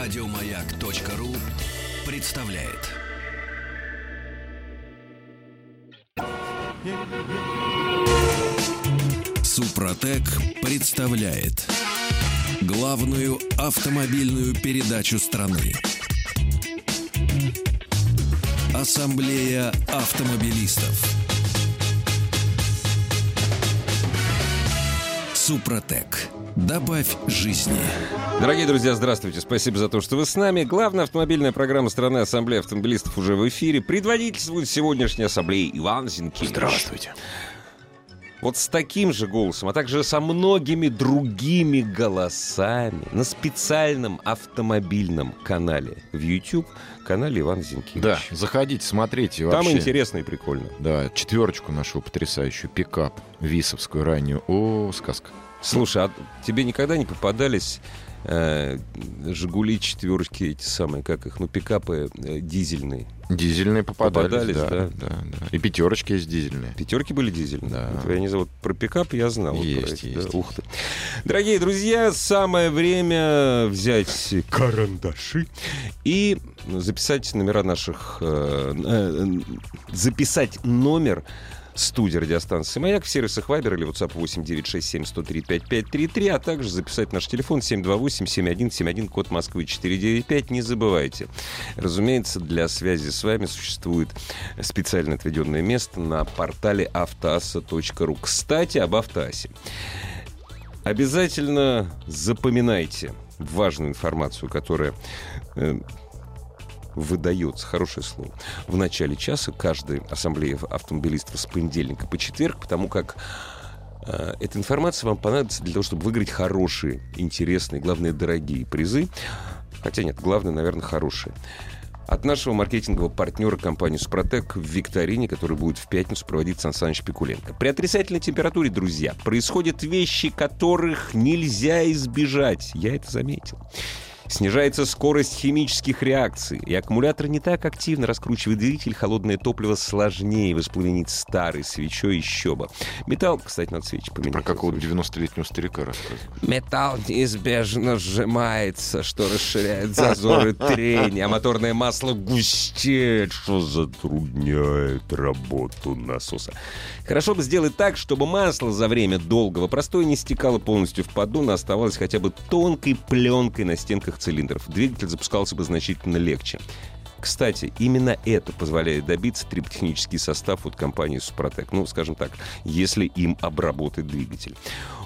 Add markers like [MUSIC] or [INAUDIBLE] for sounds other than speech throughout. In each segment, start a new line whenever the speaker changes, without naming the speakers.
Радиомаяк.ру представляет. Супротек представляет главную автомобильную передачу страны. Ассамблея автомобилистов. Супротек. Добавь жизни.
Дорогие друзья, здравствуйте. Спасибо за то, что вы с нами. Главная автомобильная программа страны Ассамблея автомобилистов уже в эфире. Предводительствует сегодняшняя ассамблея Иван Зинкевич.
Здравствуйте.
Вот с таким же голосом, а также со многими другими голосами на специальном автомобильном канале в YouTube, канале Иван Зинкевич.
Да, заходите, смотрите.
Там
вообще.
интересно и прикольно.
Да, четверочку нашу потрясающую, пикап, висовскую раннюю. О, сказка.
Слушай, а тебе никогда не попадались э, Жигули четверки эти самые, как их, ну пикапы э, дизельные?
Дизельные попадались.
Попадались, да.
да, да. И пятерочки есть дизельные.
Пятерки были дизельные.
Да.
Вот я не знаю, вот про пикап я знал. Вот
Есть,
про эти,
есть.
да. Ух ты. Дорогие друзья, самое время взять карандаши и записать номера наших... э, э, э, записать номер студии радиостанции «Маяк» в сервисах Viber или WhatsApp 8967-103-5533, а также записать наш телефон 728-7171, код Москвы 495. Не забывайте. Разумеется, для связи с вами существует специально отведенное место на портале автоасса.ру. Кстати, об автоассе. Обязательно запоминайте важную информацию, которая э, выдается, хорошее слово, в начале часа каждой ассамблеи автомобилистов с понедельника по четверг, потому как э, эта информация вам понадобится для того, чтобы выиграть хорошие, интересные, главное, дорогие призы. Хотя нет, главное, наверное, хорошие. От нашего маркетингового партнера компании «Супротек» в викторине, которая будет в пятницу проводить Сан Саныч Пикуленко. При отрицательной температуре, друзья, происходят вещи, которых нельзя избежать. Я это заметил. Снижается скорость химических реакций, и аккумулятор не так активно раскручивает двигатель, холодное топливо сложнее воспламенить старой свечой еще бы. Металл, кстати, надо свечи поменять.
Про какого-то 90-летнего старика рассказывают.
Металл неизбежно сжимается, что расширяет зазоры трения, а моторное масло густеет, что затрудняет работу насоса. Хорошо бы сделать так, чтобы масло за время долгого простоя не стекало полностью в поддон, а оставалось хотя бы тонкой пленкой на стенках цилиндров. Двигатель запускался бы значительно легче. Кстати, именно это позволяет добиться триптехнический состав от компании «Супротек». Ну, скажем так, если им обработать двигатель.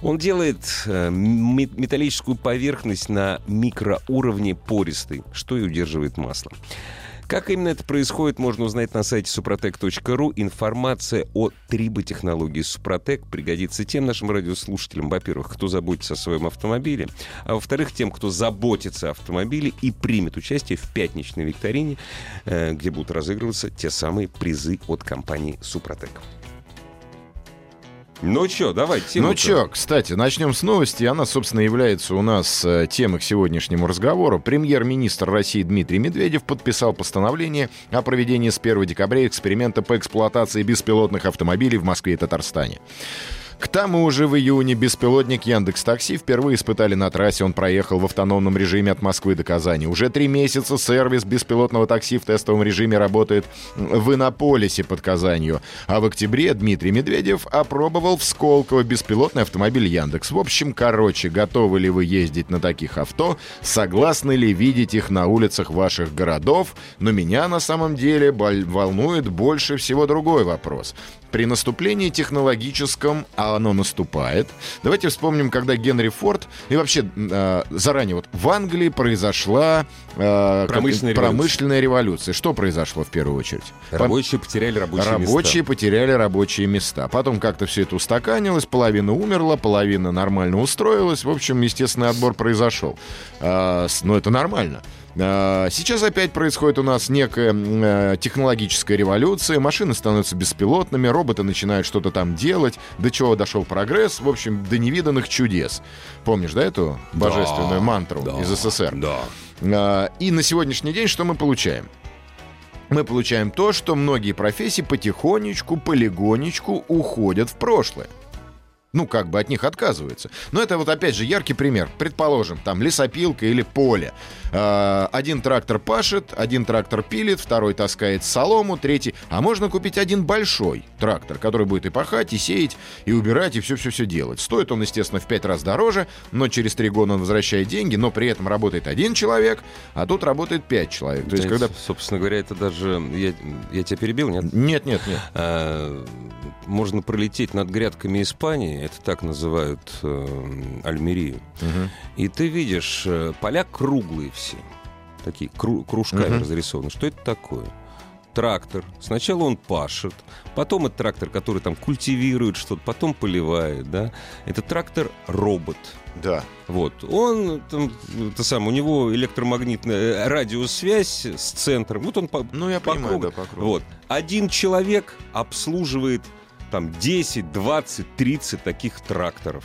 Он делает э, ме- металлическую поверхность на микроуровне пористой, что и удерживает масло. Как именно это происходит, можно узнать на сайте suprotec.ru. Информация о триботехнологии Супротек пригодится тем нашим радиослушателям, во-первых, кто заботится о своем автомобиле, а во-вторых, тем, кто заботится о автомобиле и примет участие в пятничной викторине, э, где будут разыгрываться те самые призы от компании Супротек. Ну чё, давай, тему
Ну чё, кстати, начнем с новости. Она, собственно, является у нас э, темой к сегодняшнему разговору. Премьер-министр России Дмитрий Медведев подписал постановление о проведении с 1 декабря эксперимента по эксплуатации беспилотных автомобилей в Москве и Татарстане. К тому же в июне беспилотник Яндекс Такси впервые испытали на трассе. Он проехал в автономном режиме от Москвы до Казани. Уже три месяца сервис беспилотного такси в тестовом режиме работает в Иннополисе под Казанью. А в октябре Дмитрий Медведев опробовал в Сколково беспилотный автомобиль Яндекс. В общем, короче, готовы ли вы ездить на таких авто? Согласны ли видеть их на улицах ваших городов? Но меня на самом деле боль- волнует больше всего другой вопрос. При наступлении технологическом, а оно наступает, давайте вспомним, когда Генри Форд и вообще э, заранее вот в Англии произошла э, как-
Промышленная революция.
промышленная революция. Что произошло в первую очередь? Пом-
Рабочие потеряли рабочие,
Рабочие потеряли рабочие места. Потом как-то все это устаканилось, половина умерла, половина нормально устроилась. В общем, естественный отбор произошел. А, с- Но это нормально. А, Сейчас опять происходит у нас некая м, э, технологическая революция. Машины становятся беспилотными, роботы начинают что-то там делать. До чего дошел прогресс? В общем, до невиданных чудес. Помнишь, да, эту божественную мантру
да,
из СССР?
Да.
А, И на сегодняшний день что мы получаем? Мы получаем то, что многие профессии потихонечку, полигонечку уходят в прошлое. ну, как бы от них отказываются. Но это вот, опять же, яркий пример. Предположим, там лесопилка или поле. Э, Один трактор пашет, один трактор пилит, второй таскает солому, третий... А можно купить один большой трактор, который будет и пахать, и сеять, и убирать, и все-все-все делать. Стоит он, естественно, в пять раз дороже, но через три года он возвращает деньги, но при этом работает один человек, а тут работает пять человек. То есть,
Да,
когда...
Собственно говоря, это даже... Я, я тебя перебил, нет?
Нет, нет, нет.
А, можно пролететь над грядками Испании, это так называют э, Альмерию.
Мгм.
И ты видишь, э, поля круглые все, такие кру- кружками
Мгм.
разрисованы. Что это такое? Трактор. Сначала он пашет, потом это трактор, который там культивирует что-то, потом поливает, да. Это трактор-робот.
Да.
Вот. Он, там, это самое, у него электромагнитная э, радиосвязь с центром. Вот он по,
Ну, я
по
понимаю,
кругу.
да, по кругу.
Вот. Один человек обслуживает там 10, 20, 30 таких тракторов.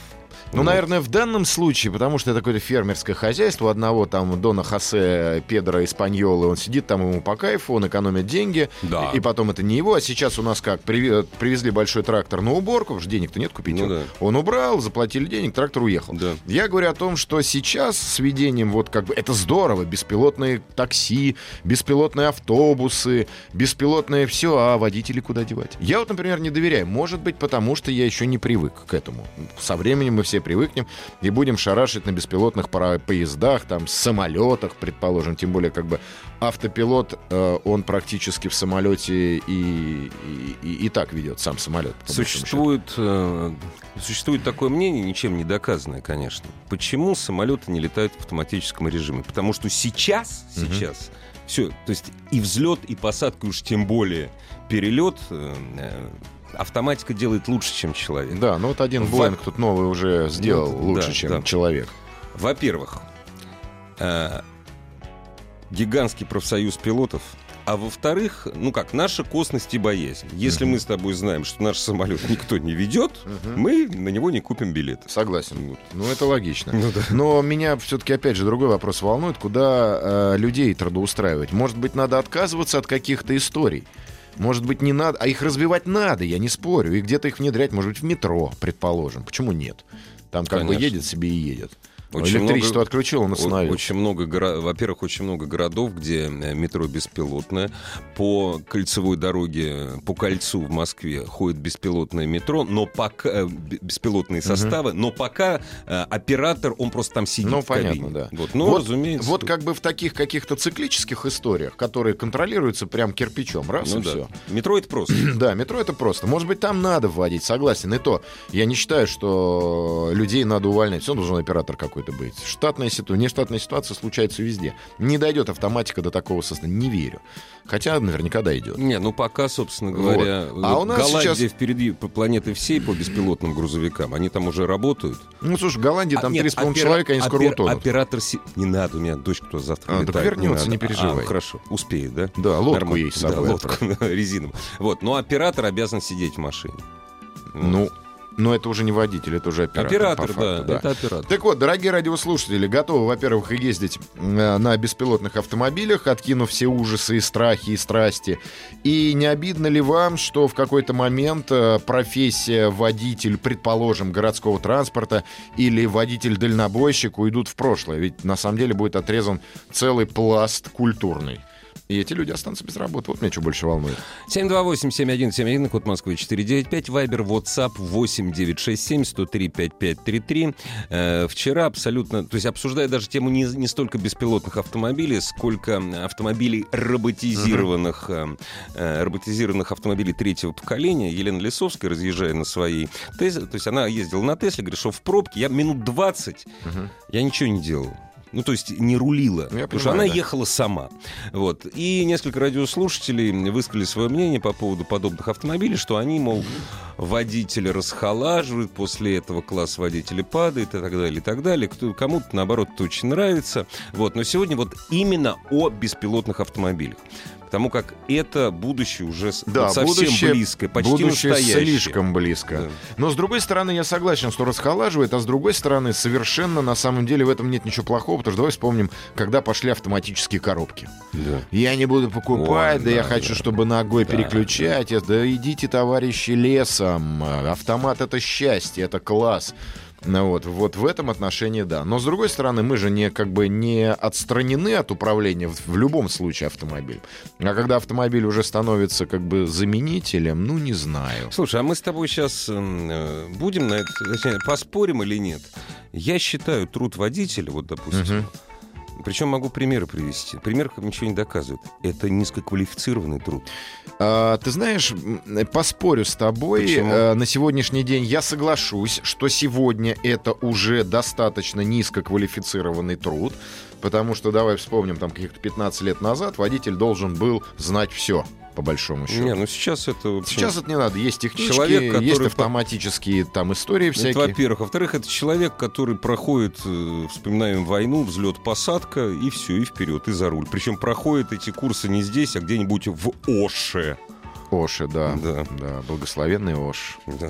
Ну,
Вот.
наверное, в данном случае, потому что это какое-то фермерское хозяйство, у одного там Дона Хосе Педро Испаньолы, он сидит там ему по кайфу, он экономит деньги,
Да.
и потом это не его, а сейчас у нас как, приве- привезли большой трактор на уборку, потому что денег-то нет купить,
Ну
его.
да.
он убрал, заплатили денег, трактор уехал.
Да.
Я говорю о том, что сейчас с введением вот как бы это здорово, беспилотные такси, беспилотные автобусы, беспилотное все, а водители куда девать? Я вот, например, не доверяю. Может быть, потому что я еще не привык к этому. Со временем мы все привыкнем и будем шарашить на беспилотных пара- поездах, там, самолетах, предположим. Тем более, как бы автопилот, э, он практически в самолете и, и, и- и так ведет сам самолет. по большому счету.
Существует, э, существует такое мнение, ничем не доказанное, конечно. Почему самолеты не летают в автоматическом режиме? Потому что сейчас,
Мгм.
сейчас, все, то есть и взлет, и посадка, и уж тем более перелет, э, э, автоматика делает лучше, чем человек.
Да, ну вот один
Во-
Боинг тут новый уже сделал
Ну,
лучше,
да,
чем
да.
человек.
Во-первых, э, гигантский профсоюз пилотов. А во-вторых, ну как, наша косность и боязнь. Если мы с тобой знаем, что наш самолет [LAUGHS] никто не ведет, мы на него не купим билеты.
Согласен.
Вот.
Ну, это логично.
Ну да.
Но меня все-таки, опять же, другой вопрос волнует, куда э, людей трудоустраивать. Может быть, надо отказываться от каких-то историй. Может быть, не надо. А их развивать надо, я не спорю. И где-то их внедрять, может быть, в метро, предположим. Почему нет? Там как бы
Конечно.
едет себе и едет. Но
Очень
Электричество
много-
отключил, он
О-
остановил.
Очень много, горо- во-первых, очень много городов, где э, метро беспилотное. По кольцевой дороге, по кольцу в Москве ходит беспилотное метро, но пока э, б- беспилотные составы, но пока э, оператор, он просто там сидит
Ну,
в кабине.
понятно, да.
Вот, ну,
вот,
разумеется.
вот как бы в таких каких-то циклических историях, которые контролируются прям кирпичом, раз
Ну
и
да.
все.
Метро это просто.
Да, метро это просто. Может быть, там надо вводить, согласен. И то, я не считаю, что людей надо увольнять. Все должен оператор какой-то быть. Штатная ситуация, нештатная ситуация случается везде. Не дойдет автоматика до такого состояния. Не верю. Хотя наверняка
[COUGHS]
дойдет.
Не, ну пока, собственно
Вот.
говоря,
А
вот
у нас
Голландия
сейчас-
впереди по планеты всей по беспилотным грузовикам. Они там уже работают.
Ну, слушай, в Голландии там
А, нет,
3,5
опера-
человека, они скоро
опер-
утонут.
Оператор... си- Не надо, у меня дочь, кто завтра
А, так
летает.
вернется,
надо.
не переживай.
А, хорошо, успеет, да?
Да, лодку
Нормально.
есть с собой.
Да, лодку [LAUGHS] резиновую. Вот, но оператор обязан сидеть в машине.
Ну, но это уже не водитель, это уже оператор.
оператор,
по факту,
да, это оператор.
Так вот, дорогие радиослушатели, готовы, во-первых, ездить э, на беспилотных автомобилях, откинув все ужасы и страхи, и страсти. И не обидно ли вам, что в какой-то момент э, профессия водитель, предположим, городского транспорта или водитель-дальнобойщик уйдут в прошлое? Ведь на самом деле будет отрезан целый пласт культурный. И эти люди останутся без работы. Вот меня что больше волнует.
728-7171, код Москвы 495, Вайбер, WhatsApp 8967-103-5533. Э, вчера абсолютно, то есть обсуждая даже тему не, не столько беспилотных автомобилей, сколько автомобилей роботизированных, э, э, роботизированных автомобилей третьего поколения, Елена Лисовская, разъезжая на своей Тесле, то есть она ездила на Тесле, говорит, что в пробке я минут 20 я ничего не делал. Ну, то есть не рулила.
Ну, Я
потому что
понимаю,
она
да.
ехала сама. Вот. И несколько радиослушателей высказали свое мнение по поводу подобных автомобилей, что они, мол, водители расхолаживают, после этого класс водителя падает и так далее, и так далее. Кто, кому-то, наоборот, это очень нравится. Вот. Но сегодня вот именно о беспилотных автомобилях. Потому как это будущее уже с-
Да,
вот совсем
будущее-
близкое, почти
будущее
настоящее.
слишком близко.
Да.
Но с другой стороны, я согласен, что расхолаживает, а с другой стороны, совершенно на самом деле в этом нет ничего плохого, потому что давай вспомним, когда пошли автоматические коробки.
Да.
Я не буду покупать,
Ой,
да, я
да,
хочу,
да.
чтобы ногой
Да,
переключать. Я- Да. идите, товарищи, лесом. Автомат — это счастье, это класс. Ну вот, вот в этом отношении да. Но с другой стороны, мы же не как бы не отстранены от управления в, в любом случае автомобилем. А когда автомобиль уже становится как бы заменителем, ну не знаю.
Слушай, а мы с тобой сейчас будем на это, точнее, поспорим или нет? Я считаю труд водителя, вот допустим, причем могу примеры привести. Пример как ничего не доказывает. Это низкоквалифицированный труд.
А, ты знаешь, м, поспорю с тобой
Почему?
э, на сегодняшний день. Я соглашусь, что сегодня это уже достаточно низкоквалифицированный труд. Потому что, давай вспомним, там каких-то 15 лет назад водитель должен был знать все, по большому счету.
Не, ну сейчас это... в общем,
Сейчас это не надо. Есть технические,
Человек, который
есть
по-
автоматические там истории
это
всякие.
во-первых. Во-вторых, это человек, который проходит, э, вспоминаем войну, взлет, посадка, и все, и вперед, и за руль. Причем проходит эти курсы не здесь, а где-нибудь в Оше.
Оши, да.
Да.
Да, благословенный Ош.
Да.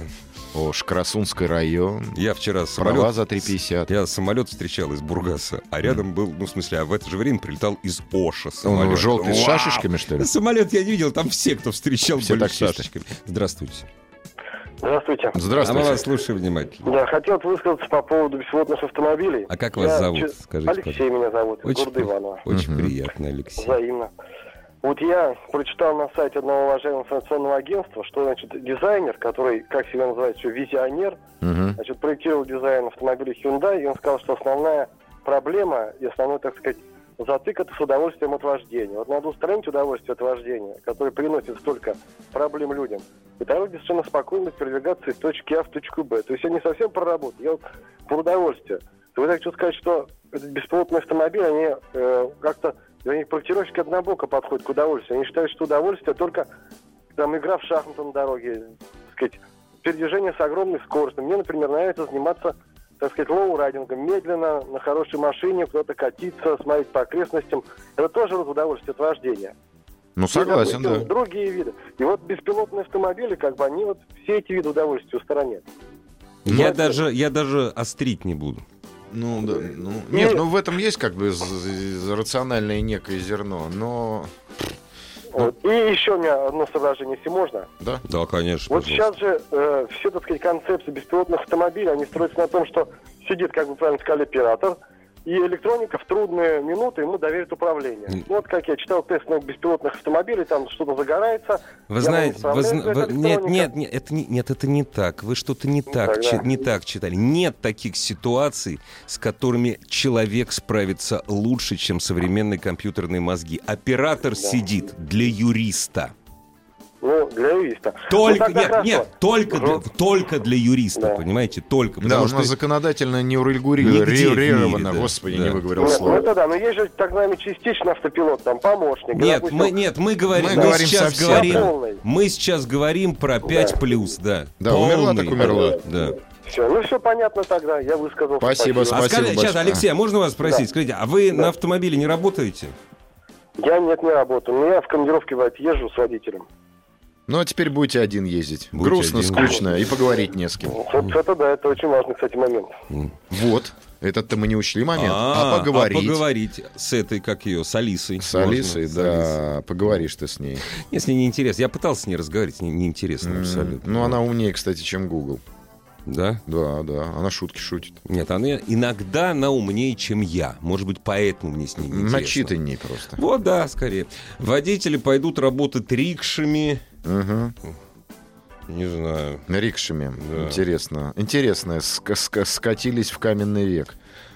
Ош, Красунский район.
Я вчера
Права
самолет...
за 3,50.
Я самолет встречал из Бургаса, а рядом был, ну, в смысле, а в это же время прилетал из Оша
Он
самолет.
желтый с
Вау!
шашечками, что ли?
Самолет я не видел, там все, кто встречал,
Все
были с
таксисты.
шашечками. Здравствуйте.
Здравствуйте.
Здравствуйте.
А мы вас слушаем внимательно.
Да, хотел вот высказаться по поводу беспилотных автомобилей.
А как вас
Я
зовут,
чё-
скажите,
Алексей меня зовут, из
Очень,
города Иваново.
очень
Мгм.
приятно, Алексей.
Взаимно. Вот я прочитал на сайте одного уважаемого информационного агентства, что, значит, дизайнер, который, как себя называет, еще визионер,
Мгм.
значит, проектировал дизайн автомобиля Hyundai, и он сказал, что основная проблема и основной, так сказать, затык это с удовольствием от вождения. Вот надо устранить удовольствие от вождения, которое приносит столько проблем людям. И тогда люди совершенно спокойно будут передвигаться из точки А в точку Б. То есть я не совсем про работу, я вот про удовольствие. То вот я хочу сказать, что этот беспилотный автомобиль, они э, как-то, вернее, проектировщики однобоко подходят к удовольствию. Они считают, что удовольствие только там игра в шахматы на дороге, так сказать, передвижение с огромной скоростью. Мне, например, нравится заниматься, так сказать, лоу-райдингом, медленно, на хорошей машине, куда-то катиться, смотреть по окрестностям. Это тоже удовольствие от вождения.
Ну, согласен,
И, допустим,
да.
Другие виды. И вот беспилотные автомобили, как бы, они вот все эти виды удовольствия устранят.
Я
Ну,
даже, я даже острить не буду.
Ну, да, ну, нет, ну в этом есть как бы з- з- рациональное некое зерно, но
Вот. И еще у меня одно соображение, если можно.
да.
Да, конечно.
Вот
пожалуйста.
сейчас же э, все, так сказать, концепции беспилотных автомобилей, они строятся на том, что сидит, как вы правильно сказали, оператор, и электроника в трудные минуты ему доверит управление.
М.
Вот как я читал тест на беспилотных автомобилей, там что-то загорается.
Вы
я Ну
знаете,
вам
вы
исправляю,
зна-
это
вы- нет,
электроника.
нет, нет, это не, нет, это не так. Вы что-то не так,
так,
чи-
да.
не так читали. Нет таких ситуаций, с которыми человек справится лучше, чем современные компьютерные мозги. Оператор сидит для юриста.
Ну, для юриста.
Только
Ну, тогда
нет,
хорошо.
нет, только для,
Ну,
только для юриста,
Да.
понимаете, только
Да,
потому
у
что
нас законодательно не урегури-
Нигде в мире,
регулировано,
да.
господи,
Да.
не выговорил
нет, ну,
слово.
это да, но есть же так нами частично автопилот, там помощник.
нет,
допустим,
мы нет, мы говорим,
Мы
мы,
говорим
сейчас
совсем,
говорим,
да. Полный.
мы сейчас говорим про 5 плюс, да.
Да, умерла так умерла.
Да.
всё. ну все понятно тогда, я высказал.
Спасибо,
А
Спасибо
скажи, сейчас,
большое.
Алексей, а можно вас спросить?
Да.
Скажите, а вы
Да.
на автомобиле не работаете?
Я нет, не работаю, но я в командировке бывает, езжу с водителем.
Ну а теперь будете один ездить.
Будете
Грустно,
один
скучно и поговорить не с кем.
Вот это да, это очень важный, кстати, момент.
Вот, этот-то мы не учли момент. А, поговорить.
поговорить с этой, как ее, с Алисой.
С Алисой,
Можно, с Алисой.
да, поговоришь ты с ней.
Если не интересно. Я пытался с ней разговаривать, не, неинтересно
М,
абсолютно.
Ну, она умнее, кстати, чем Google.
Да?
Да, да, она шутки шутит.
Нет, она иногда она умнее, чем я. Может быть, поэтому мне с ней неинтересно.
Начитанней просто.
Вот, да, скорее. Водители пойдут работать рикшами,
Мгм.
не знаю.
Рикшами.
Да.
Интересно. Интересно, ск- ск- скатились в каменный век.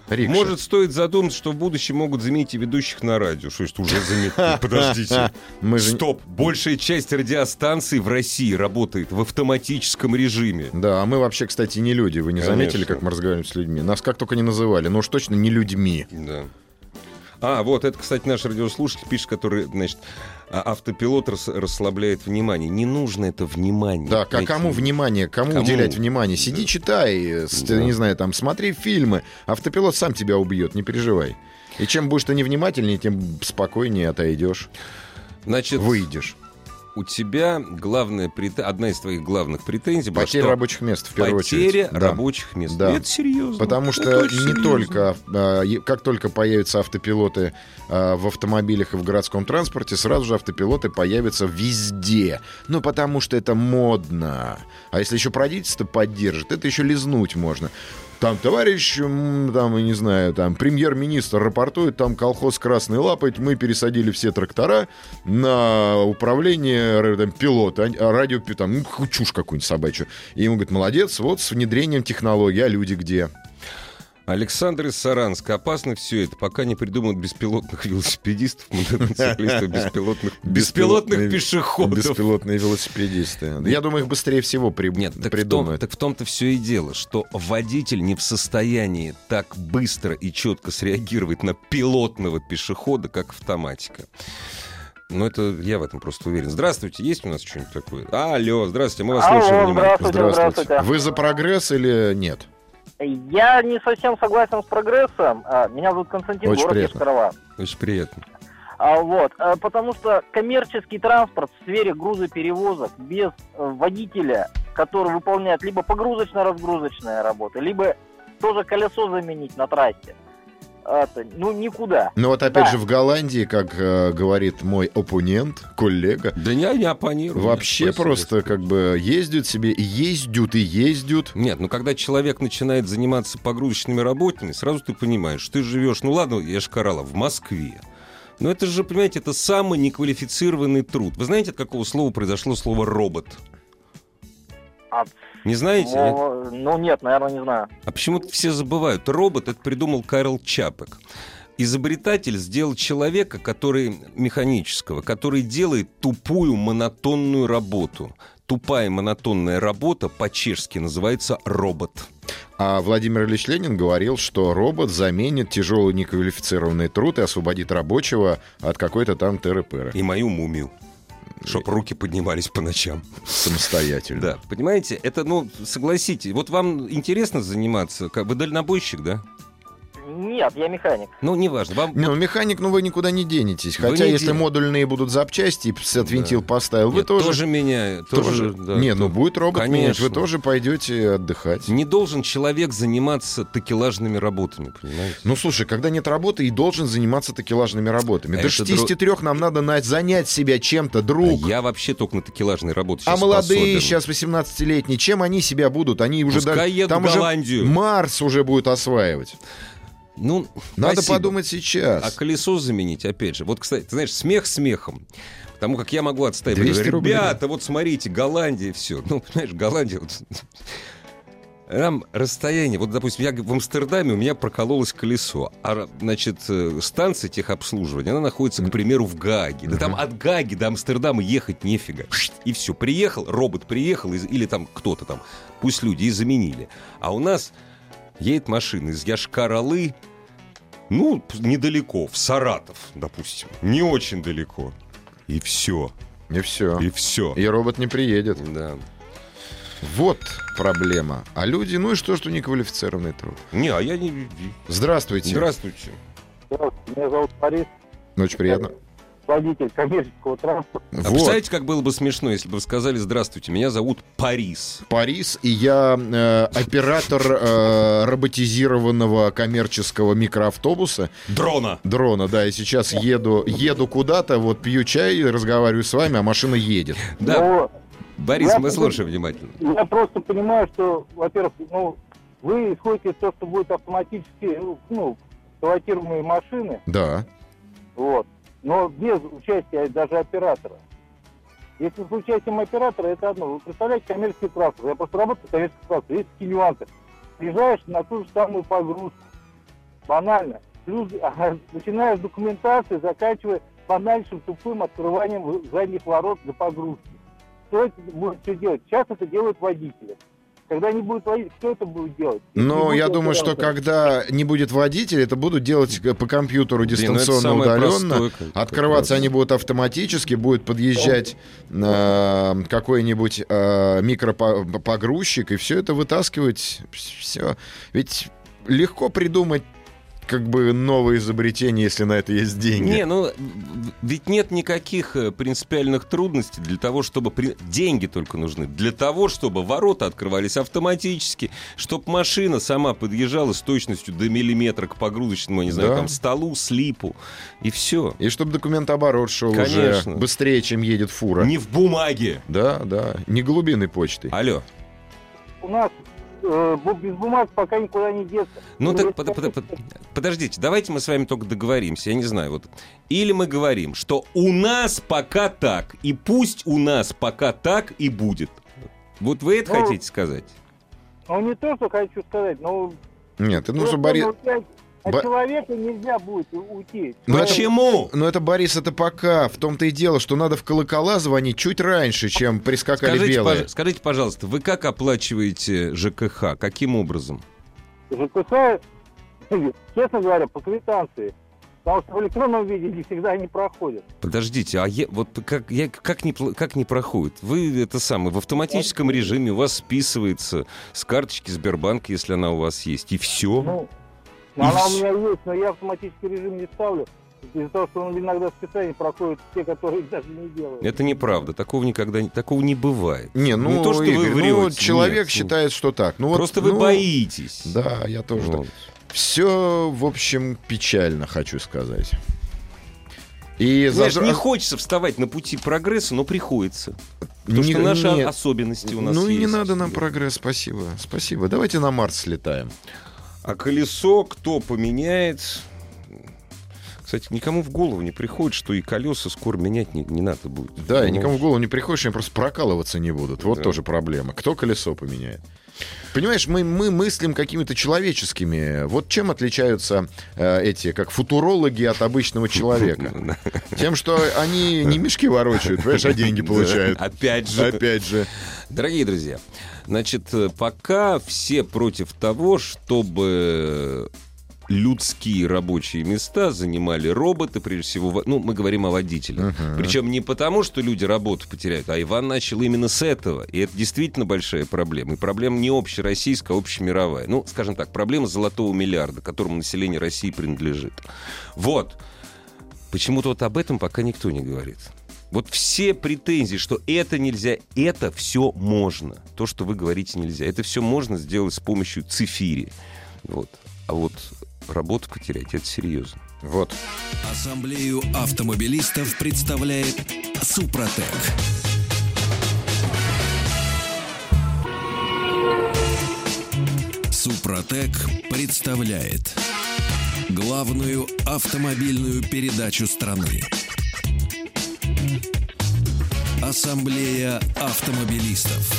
Рикши.
Может, стоит задуматься, что в будущем могут заменить и ведущих на радио. Что ж, уже
[LAUGHS]
заметили? Подождите.
Мы же...
Стоп! Большая часть радиостанций в России работает в автоматическом режиме.
Да, а мы вообще, кстати, не люди. Вы не заметили,
Конечно.
как мы разговариваем с людьми? Нас как только не называли, но уж точно не людьми.
Да. А, вот, это, кстати, наш радиослушатель пишет, который, значит, а- автопилот рас- расслабляет внимание. Не нужно это внимание.
Да, а кому
Понимаете?
внимание, кому,
Ну, Кому?
уделять внимание? Сиди,
Да.
читай, э, с-
Да.
не знаю, там, смотри фильмы. Автопилот сам тебя убьет, не переживай. И чем будешь ты невнимательнее, тем спокойнее отойдешь.
Значит,
выйдешь.
у тебя главная прет- одна из твоих главных претензий была,
Потеря
что
рабочих мест, в первую
потеря
очередь. Да.
рабочих мест.
Да.
Это серьезно.
Потому
Это
что
очень серьезно.
не только, а, е- как только появятся автопилоты а, в автомобилях и в городском транспорте, сразу же автопилоты появятся везде. Ну, потому что это модно. А если еще правительство поддержит, это еще лизнуть можно. Там товарищ, м, там, я не знаю, там премьер-министр рапортует, там колхоз красный лапает, мы пересадили все трактора на управление р- там, пилота, а- радио, там, ну, чушь какую-нибудь собачью. И ему говорит, молодец, вот с внедрением технологий, а люди где?
Александр из Саранска. Опасно все это, пока не придумают беспилотных велосипедистов, мотоциклистов,
[LAUGHS]
беспилотных, беспилотных
Беспилотные-
пешеходов.
Беспилотные велосипедисты. Я думаю, их быстрее всего при...
Нет, так в, том,
придумают.
так в том-то все и дело, что водитель не в состоянии так быстро и четко среагировать на пилотного пешехода, как автоматика. Но это я в этом просто уверен. Здравствуйте, есть у нас что-нибудь такое? Алло, здравствуйте, мы вас
Алло,
слушаем внимательно.
Здравствуйте, здравствуйте.
Вы за прогресс или нет?
Я не совсем согласен с прогрессом. А, Меня зовут Константин,
Очень
город
приятно.
Пескарова.
Очень приятно.
А, вот, а, потому что коммерческий транспорт в сфере грузоперевозок без э, водителя, который выполняет либо погрузочно-разгрузочные работы, либо тоже колесо заменить на трассе, это, ну никуда.
Ну вот опять
Да.
же в Голландии, как э, говорит мой оппонент, коллега,
Да я не оппонирую.
вообще
Спасибо.
просто как бы ездят себе и ездят, и ездят.
Нет, ну когда человек начинает заниматься погрузочными работами, сразу ты понимаешь, ты живешь, ну ладно, я же карала, в Москве. Но это же, понимаете, это самый неквалифицированный труд. Вы знаете, от какого слова произошло слово робот?
От
Не знаете? нет?
Ну, ну, нет, наверное, не знаю.
А почему-то все забывают. Робот это придумал Карл Чапек. Изобретатель сделал человека, который механического, который делает тупую монотонную работу. Тупая монотонная работа по-чешски называется робот.
А Владимир Ильич Ленин говорил, что робот заменит тяжелый неквалифицированный труд и освободит рабочего от какой-то там
[LAUGHS]
тыры-пыры.
И мою мумию. Чтоб руки поднимались по ночам.
Самостоятельно.
Да, понимаете, это, ну, согласитесь, вот вам интересно заниматься, как бы дальнобойщик, да?
Нет, я механик.
Ну, неважно, вам...
Не, ну, механик, ну вы никуда не денетесь.
Вы
Хотя,
не
если
ден-
модульные будут запчасти, и с отвинтил, поставил, ну вы
Нет,
тоже,
меня...
тоже-
Тоже, да,
не, ну
то-
будет робот менять, вы
Конечно.
тоже пойдете отдыхать.
Не должен человек заниматься такелажными работами, понимаете?
Ну слушай, когда нет работы и должен заниматься такелажными работами.
А
До
это
63 нам надо на- занять себя чем-то, друг.
А я вообще только на такелажной работе
А
щас способен.
молодые сейчас 18-летние, чем они себя будут? Они уже
Пускай
даже-
едут
там
в
уже
Голландию.
Марс уже будет осваивать.
Ну,
Надо
спасибо.
подумать
А
сейчас.
колесо заменить, опять же. Вот, кстати, ты знаешь, смех смехом. Потому как я могу отстаивать.
200
Ребята,
рублей.
вот смотрите, Голландия, все. Ну, понимаешь, Голландия... Вот, там расстояние, вот, допустим, я в Амстердаме, у меня прокололось колесо, а, значит, э, станция техобслуживания, она находится, к примеру, в Гаге. Да там от Гаги до Амстердама ехать нефига. И все, приехал, робот приехал, из- или там кто-то там, пусть люди и заменили. А у нас едет машина из Яшкаралы, ну, п- недалеко, в Саратов, допустим. Не очень далеко. И все,
И все.
и все.
А. И робот не приедет.
Да.
Вот проблема. А люди, ну и что, что неквалифицированный труд.
Не, а я не...
Здравствуйте. Ну,
Здравствуйте.
Меня зовут Борис,
Очень приятно.
водитель коммерческого транспорта.
А
Вот.
представляете, как было бы смешно, если бы вы сказали «Здравствуйте, меня зовут Парис».
Парис, и я э, оператор э, роботизированного коммерческого микроавтобуса
Дрона.
дрона, да, и сейчас еду, еду куда-то, вот пью чай, разговариваю с вами, а машина едет.
Да, Борис,
я
мы
тоже-
слушаем внимательно. ну
Я просто понимаю, что, во-первых, ну, вы исходите из того, что будут автоматически, ну, пилотируемые машины,
Да.
вот, но без участия даже оператора. Если с участием оператора, это одно. Вы представляете, коммерческий транспорт. Я просто работаю в коммерческом транспорте. Есть такие нюансы. Приезжаешь на ту же самую погрузку. Банально. Плюс, [LAUGHS] начиная с документации, заканчивая банальным тупым открыванием задних ворот для погрузки. Кто это будет все делать? Сейчас это делают водители. Когда не будет водителя, кто это будет делать? Если не
Но
будет
Ну, я думаю, что
оператора.
когда не будет водителя, это будут делать э, по компьютеру
ну
дистанционно, удаленно. Открываться они будут автоматически, будет подъезжать э, какой-нибудь э, микропогрузчик и все это вытаскивать. Все. Ведь легко придумать как бы новое изобретение, если на это есть деньги.
Не, ну ведь нет никаких э, принципиальных трудностей для того, чтобы при- деньги только нужны для того, чтобы ворота открывались автоматически, чтобы машина сама подъезжала с точностью до миллиметра к погрузочному, я не знаю,
Да.
там столу, слипу и все.
И чтобы документооборот шел уже
ну Конечно.
быстрее, чем едет фура.
Не А в бумаге.
Да, да. Не глубины почты.
Алло.
У нас э, бу- без бумаг пока никуда не деться.
Ну
Ну,
так
вот
под-
смотрите.
под- под- подождите, давайте мы с вами только договоримся, я не знаю, вот. Или мы говорим, что у нас пока так, и пусть у нас пока так и будет. Вот вы это
Ну,
хотите сказать?
Ну, не то, что хочу сказать, но...
Нет, ну,
просто,
за Борис...
ну, опять От
Бо-
человека нельзя будет у- уйти.
Ну, это-
Почему?
Но это, Борис, это пока. В том-то и дело, что надо в колокола звонить чуть раньше, чем прискакали
Скажите,
белые.
пож- скажите, пожалуйста, вы как оплачиваете ЖКХ? Каким образом?
ЖКХ, [LAUGHS] честно говоря, по квитанции. Потому что в электронном виде не всегда не проходит.
Подождите, а я, вот как, я, как, не, пл- как не проходит? Вы это самое, в автоматическом режиме у вас списывается с карточки Сбербанка, если она у вас есть, и все.
Ну, ну, она у
вс-
меня есть, но я автоматический режим не ставлю. Из-за того, что он иногда специально проходит те, которые [LAUGHS] их даже не делают.
Это неправда, такого никогда не, такого не бывает.
Не, ну,
Не то, что вы
Игорь, ну,
врете,
человек
нет.
считает, что так. Ну, вот,
Просто вы
ну,
боитесь.
Да, я тоже
Вот.
Все, в общем, печально, хочу сказать. И
Знаешь,
зажра-
не хочется вставать на пути прогресса, но приходится. Потому
Не-
что наши
нет.
особенности у нас
Ну и не
есть.
надо нам прогресс, спасибо, спасибо. Давайте на Марс слетаем.
А колесо кто поменяет? Кстати, никому в голову не приходит, что и колеса скоро менять не, не надо будет.
Да, и
Ну,
никому в голову не приходит, что они просто прокалываться не будут. Вот
Да.
тоже проблема. Кто колесо поменяет? Понимаешь, мы, мы мыслим какими-то человеческими. Вот чем отличаются э, эти, как футурологи от обычного человека?
[LAUGHS] Да.
Тем, что они не мешки ворочают, понимаешь, а деньги получают.
Опять же.
Опять же.
Дорогие друзья, значит, э, пока все против того, чтобы людские рабочие места занимали роботы, прежде всего, во- ну, мы говорим о водителях.
Мгм.
Причем не потому, что люди работу потеряют, а Иван начал именно с этого. И это действительно большая проблема. И проблема не общероссийская, а общемировая. Ну, скажем так, проблема золотого миллиарда, которому население России принадлежит. Вот. Почему-то вот об этом пока никто не говорит. Вот все претензии, что это нельзя, это все можно. То, что вы говорите нельзя. Это все можно сделать с помощью цифири. Вот. А вот работу потерять, это серьезно.
Вот.
Ассамблею автомобилистов представляет Супротек. Супротек представляет главную автомобильную передачу страны. Ассамблея автомобилистов.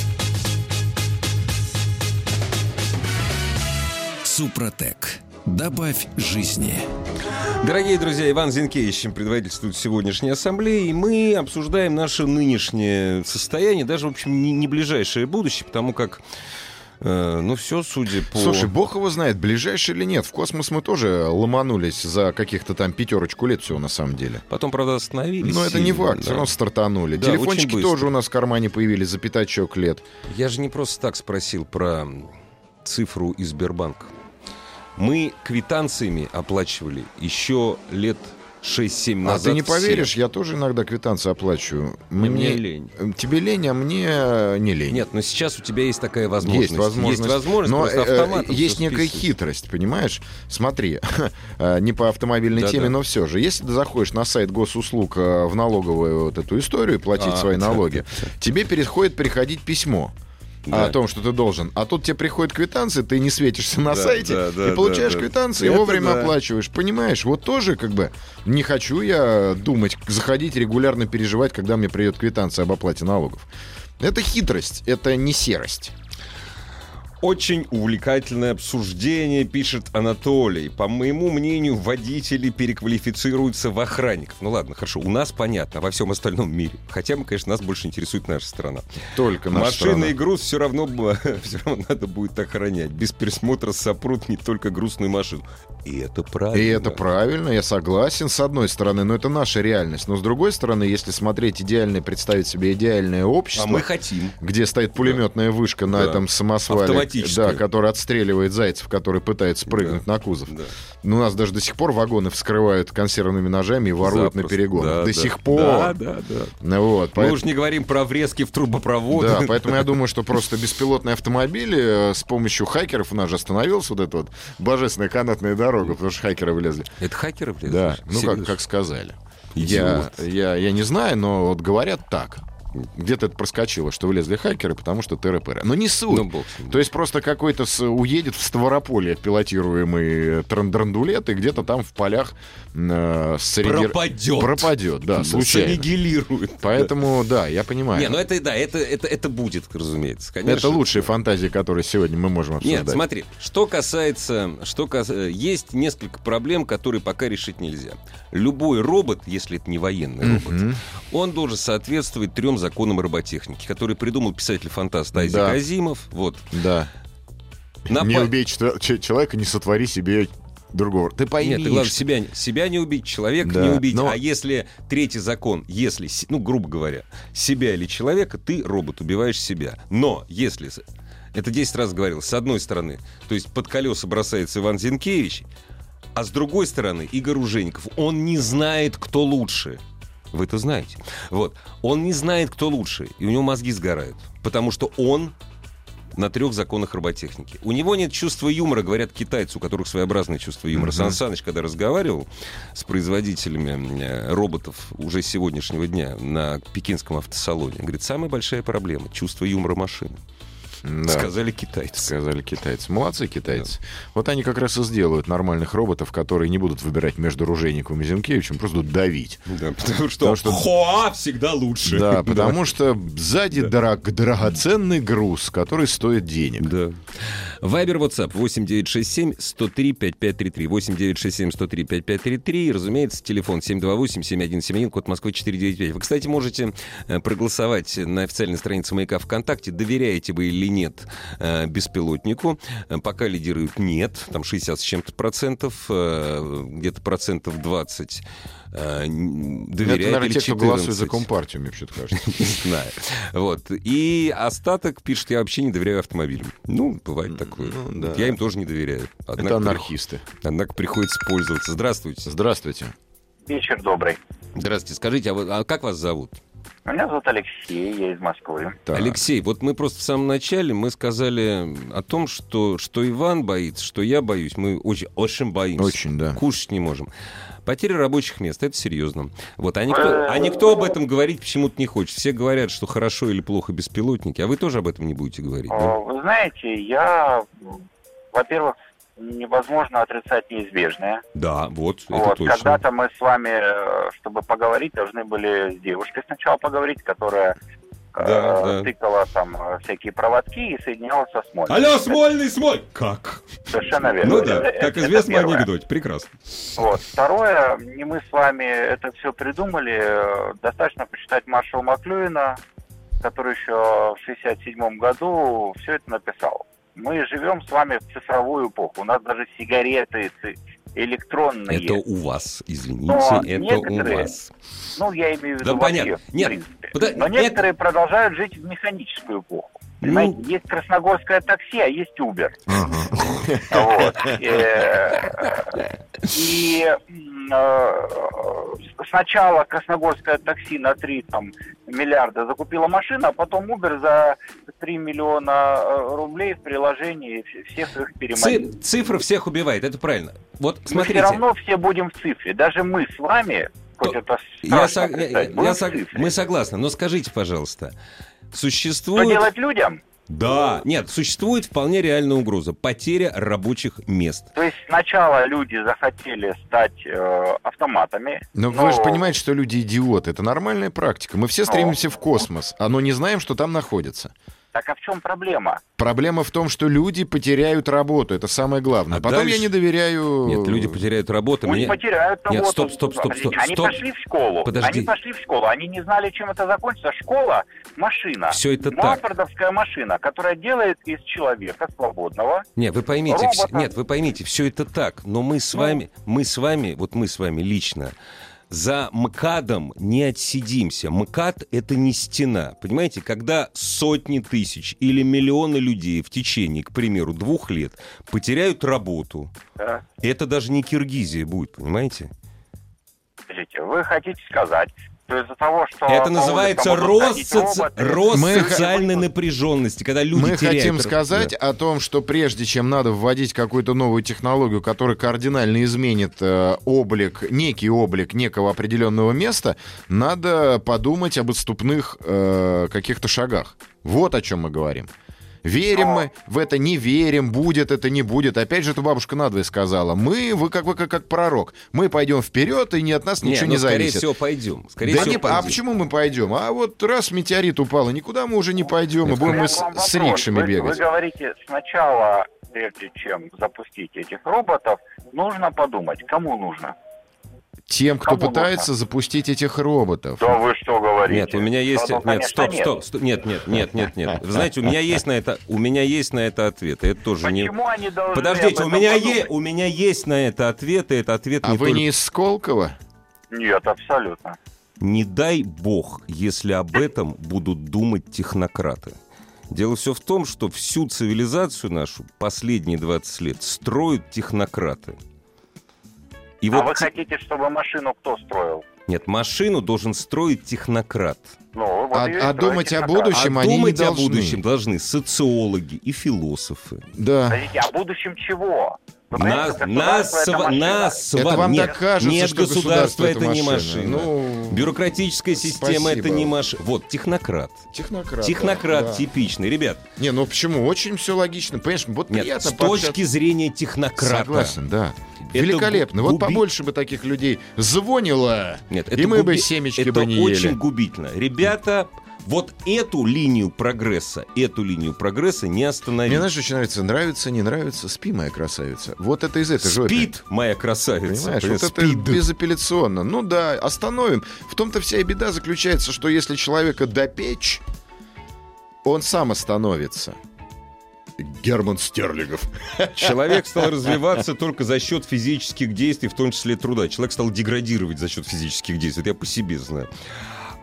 Супротек. Добавь жизни.
Дорогие друзья, Иван Зинкевич, предводитель тут сегодняшней ассамблеи, и мы обсуждаем наше нынешнее состояние, даже, в общем, не, не ближайшее будущее, потому как, э, ну, все, судя по...
Слушай, бог его знает, ближайший или нет. В космос мы тоже ломанулись за каких-то там пятерочку лет всего на самом деле.
Потом, правда, остановились.
Но ну, это не
и,
факт,
да.
все равно стартанули.
Да, очень
Телефончики
быстро.
тоже у нас в кармане появились за пятачок лет.
Я же не просто так спросил про цифру из Сбербанка. Мы квитанциями оплачивали еще лет 6-7
А
назад.
ты не
все.
поверишь, я тоже иногда квитанции оплачиваю.
Мне лень.
Тебе лень, а мне э, не лень.
Нет, но сейчас у тебя есть такая возможность.
Есть возможность.
Есть возможность,
но
просто
э, э,
автоматом всё
есть некая
списывать.
хитрость, понимаешь? Смотри, [LAUGHS] э, не по автомобильной
Да-да.
теме, но все же. Если ты заходишь на сайт госуслуг э, в налоговую вот эту историю, платить
А,
свои
да,
налоги, тебе переходит приходить письмо.
Да.
О том, что ты должен. А тут тебе приходит квитанции, ты не светишься на
Да,
сайте
да, да,
и получаешь
да, да.
квитанции и
Это
вовремя
да.
оплачиваешь. Понимаешь, вот тоже как бы не хочу я думать, заходить, регулярно переживать, когда мне придет квитанция об оплате налогов. Это хитрость, это не серость.
Очень увлекательное обсуждение, пишет Анатолий. По моему мнению, водители переквалифицируются в охранников. Ну ладно, хорошо, у нас понятно, а во всем остальном мире. Хотя, мы, конечно, нас больше интересует наша страна.
Только наша
Машины
страна.
и груз все [LAUGHS] равно, б- всё равно надо будет охранять. Без присмотра сопрут не только грустную машину. И это правильно.
И это правильно, я согласен, с одной стороны, но это наша реальность. Но с другой стороны, если смотреть идеальное, представить себе идеальное общество,
А мы хотим.
где стоит пулеметная вышка на
Да.
этом самосвале,
Автоматическая.
да, который отстреливает зайцев, который пытается прыгнуть на кузов.
Да.
Ну, у нас даже до сих пор вагоны вскрывают консервными ножами и воруют на
Запросто.
перегон.
Да,
до
да.
сих пор.
Да, да, да.
Ну Вот,
Мы
поэт-
уж не говорим про врезки в трубопровод. [LAUGHS]
Да, поэтому я думаю, что просто беспилотные автомобили э, с помощью хакеров у нас же остановился вот эта вот божественная канатная дорога, потому что хакеры влезли.
Это хакеры, блядь?
Да,
слушай?
ну как,
Серьёзно?
как сказали. Я,
Идиот.
я, я не знаю, но вот говорят так. Где-то это проскочило, что влезли хакеры, потому что ТРПР. Но не суть.
Ну, бог с ним.
То есть просто какой-то с- уедет в Ставрополье пилотируемый трандерндулет и где-то там в полях э, среди...
Пропадет.
Пропадет, да, случайно.
Саннигилирует.
Поэтому, да, я понимаю.
Не, ну это, да, это, это, это будет, разумеется. Конечно.
Это лучшие фантазии, которые сегодня мы можем обсуждать.
Нет, смотри, что касается, что кас- э, есть несколько проблем, которые пока решить нельзя. Любой робот, если это не военный робот,
Мгм.
он должен соответствовать трем законам роботехники, которые придумал писатель-фантаст Айзек
Да.
Азимов. Вот.
Да.
На
не
па-
убей чел- че- человека, не сотвори себе другого. Ты пойми.
Нет, ты, главное,
что-
себя, не- себя не убить, человека
Да,
не убить.
но-
А если третий закон, если, с- ну, грубо говоря, себя или человека, ты, робот, убиваешь себя. Но если... с- Это 10 раз говорил. С одной стороны, то есть под колеса бросается Иван Зинкевич, а с другой стороны, Игорь Ужеников, он не знает, кто лучше. Вы это знаете. Вот. Он не знает, кто лучше, и у него мозги сгорают. Потому что он на трех законах роботехники. У него нет чувства юмора, говорят китайцы, у которых своеобразное чувство юмора.
Мгм.
Сан Саныч, когда разговаривал с производителями э, роботов уже сегодняшнего дня на пекинском автосалоне, говорит, самая большая проблема — чувство юмора машины.
Да.
Сказали китайцы.
Сказали китайцы. Молодцы китайцы. Вот они как раз и сделают нормальных роботов, которые не будут выбирать между Ружейником и Зинкевичем, просто будут
[LAUGHS]
давить.
Да, потому что,
Потому что-
Хуа всегда лучше.
Да, потому что сзади дорог- драгоценный груз, который стоит денег.
Да. Вайбер, WhatsApp 8967 103 5533. 8967 103 5533. И, разумеется, телефон 728 7171, код Москвы 495. Вы, кстати, можете э, проголосовать на официальной странице Маяка ВКонтакте, доверяете вы или нет э, беспилотнику. Э, Пока лидирует нет, там 60 с чем-то процентов, э, где-то процентов 20 э, н- доверяет
Ну, Это, наверное,
или
те, кто голосует за
14.
Компартию, мне вообще-то кажется.
Не знаю. Вот. И остаток пишет, я вообще не доверяю автомобилям. Ну, бывает такое.
Ну, да.
Я им тоже не доверяю. Однако,
Это
прих-
анархисты.
Однако приходится пользоваться. Здравствуйте.
Здравствуйте.
Вечер добрый.
Здравствуйте. Скажите, а, вы- а как вас зовут?
Меня зовут Алексей, я из Москвы.
Так.
Алексей, вот мы просто в самом начале мы сказали о том, что, что Иван боится, что я боюсь. Мы очень, очень боимся.
Очень, да.
Кушать не можем. Потеря рабочих мест, это серьезно. Вот, а никто, а никто об этом говорить почему-то не хочет. Все говорят, что хорошо или плохо беспилотники, а вы тоже об этом не будете говорить. да?
О, Э, Вы знаете, я, м, во-первых, невозможно отрицать неизбежное.
Да, вот, это
Вот,
точно.
когда-то мы с вами, э, чтобы поговорить, должны были с девушкой сначала поговорить, которая э,
Да, да.
тыкала там э, всякие проводки и соединяла со Смольным.
Алло, Смольный, Смоль! Как?
Совершенно верно.
Ну да,
Это-
как
это
известно
первое.
анекдоте. Прекрасно.
Вот. Второе, не мы с вами это все придумали. Э, Достаточно почитать Маршала Маклюина, который еще в 67 году все это написал. Мы живем с вами в цифровую эпоху. У нас даже сигареты ци- электронные.
Это у вас, извините,
Но
это у
некоторые-
вас.
Ну, я имею в виду
Да, понятно.
вообще, в
Нет,
принципе.
подо-
Но
это-
некоторые продолжают жить в механическую эпоху.
Ну.
Понимаете, есть красногорское такси, а есть Uber.
[LAUGHS]
Вот. Э, И м, э, сначала Красногорское такси на 3 там, миллиарда закупила машину, а потом Uber за 3 миллиона э, рублей в приложении вс- всех их переманил.
Ци- цифра всех убивает, это правильно. Вот
Мы все
смотрите.
равно все будем в цифре. Даже мы с вами, хоть
То-
это
Я
страшно
сог- я-
представить,
я
будем в
сог-
цифре.
Мы согласны, но скажите, пожалуйста,
Что
существует...
делать людям?
Да, нет, существует вполне реальная угроза. Потеря рабочих мест.
То есть сначала люди захотели стать э, автоматами.
Но Ну, вы же понимаете, что люди идиоты. Это нормальная практика. Мы все
Ну. Ну.
стремимся в космос, а но не знаем, что там находится.
Так а в чем проблема?
Проблема в том, что люди потеряют работу. Это самое главное.
А
Потом
дальше-
я не доверяю...
Нет, люди потеряют работу.
Пусть
Мне-
потеряют
Нет,
работу.
стоп, стоп, стоп, стоп,
Они
стоп.
пошли в школу.
Подожди.
Они пошли в школу. Они не знали, чем это закончится. Школа – машина.
Всё это так.
Морфордовская машина, которая делает из человека свободного.
Не, вы поймите, вс-
Робота.
нет, вы поймите, все это так, но мы с
Ну.
вами, мы с вами, вот мы с вами лично за МКАДом не отсидимся. МКАД — это не стена. Понимаете, когда сотни тысяч или миллионы людей в течение, к примеру, двух лет потеряют работу,
да.
это даже не Киргизия будет, понимаете?
Подождите, Вы хотите сказать, что из-за того, что...
это
по
называется
улицам будут
рост,
ну, ходить
соци-
роботы,
рост
Мы-
социальной напряженности, когда люди
Мы
теряют
хотим
ра-
сказать
Да.
о том, что прежде чем надо вводить какую-то новую технологию, которая кардинально изменит э, облик, некий облик некого определенного места, надо подумать об отступных э, каких-то шагах. Вот о чем мы говорим. Верим мы в это, не верим, будет это, не будет. Опять же, эта бабушка надвое сказала. Мы, вы как вы как, как пророк, мы пойдем вперед, и не от нас
Не,
ничего
ну,
не
скорее
зависит.
всего, пойдем. Скорее
Да
всего,
не- а
пойдем.
почему мы пойдем? А вот раз метеорит упал, и никуда мы уже не пойдем, и
Нет,
У
будем
меня
мы
к
с,
вам
с
вопрос.
рикшами
Вы-
бегать.
Вы говорите, сначала, прежде чем запустить этих роботов, нужно подумать, кому нужно.
Тем, кто
Кому
пытается запустить этих роботов.
Да вы что говорите?
Нет, у меня есть... э,
Да, ну,
Нет,
конечно,
стоп,
нет.
стоп, стоп. Нет, нет, нет, нет, нет. Вы знаете, у меня есть на это... У меня есть на это ответ. и Это тоже не...
Почему они должны
Подождите, у
об этом
меня,
подумать?
е... у меня есть на это ответ, и это ответ
А
не
вы
только-
не из Сколково?
Нет, абсолютно.
Не дай бог, если об этом будут думать технократы. Дело все в том, что всю цивилизацию нашу последние 20 лет строят технократы. И
а
вот...
вы
те-
хотите, чтобы машину кто строил?
Нет, машину должен строить технократ.
Ну, вот
А-
её и
а
строите
думать о
как раз.
будущем?
а
они не
думать о
должны.
будущем должны социологи и философы.
Да.
Подождите, о будущем чего? Вы
Нас,
понимаете,
нас,
государство это
сва-
машина.
нас,
Это
сва-
вам
нет,
так кажется,
нет,
что государство, это
не
машина.
машина.
Ну,
Бюрократическая система это
спасибо.
не машина. Вот, технократ.
Технократ.
технократ
да.
типичный. Ребят,
Не, ну почему? Очень все логично. Понимаешь, вот
нет,
приятно
с
пообщаться.
точки зрения технократа.
Согласен, да.
Это
Великолепно. Вот
губи-
побольше бы таких людей звонило,
Нет,
и мы бы
губи-
семечки
это
бы не
очень
ели.
губительно. Ребята, вот эту линию прогресса, эту линию прогресса не
Мне
остановить.
знаешь, очень нравится. Нравится, не нравится. Спи, моя красавица. Вот это из этой жопы.
Спит, моя красавица.
Понимаешь, вот это
Спид.
безапелляционно. Ну да, остановим. В том-то вся и беда заключается, что если человека допечь, он сам остановится. Герман Стерлигов.
Человек стал развиваться только за счет физических действий, в том числе и труда. Человек стал деградировать за счет физических действий. Это я по себе знаю.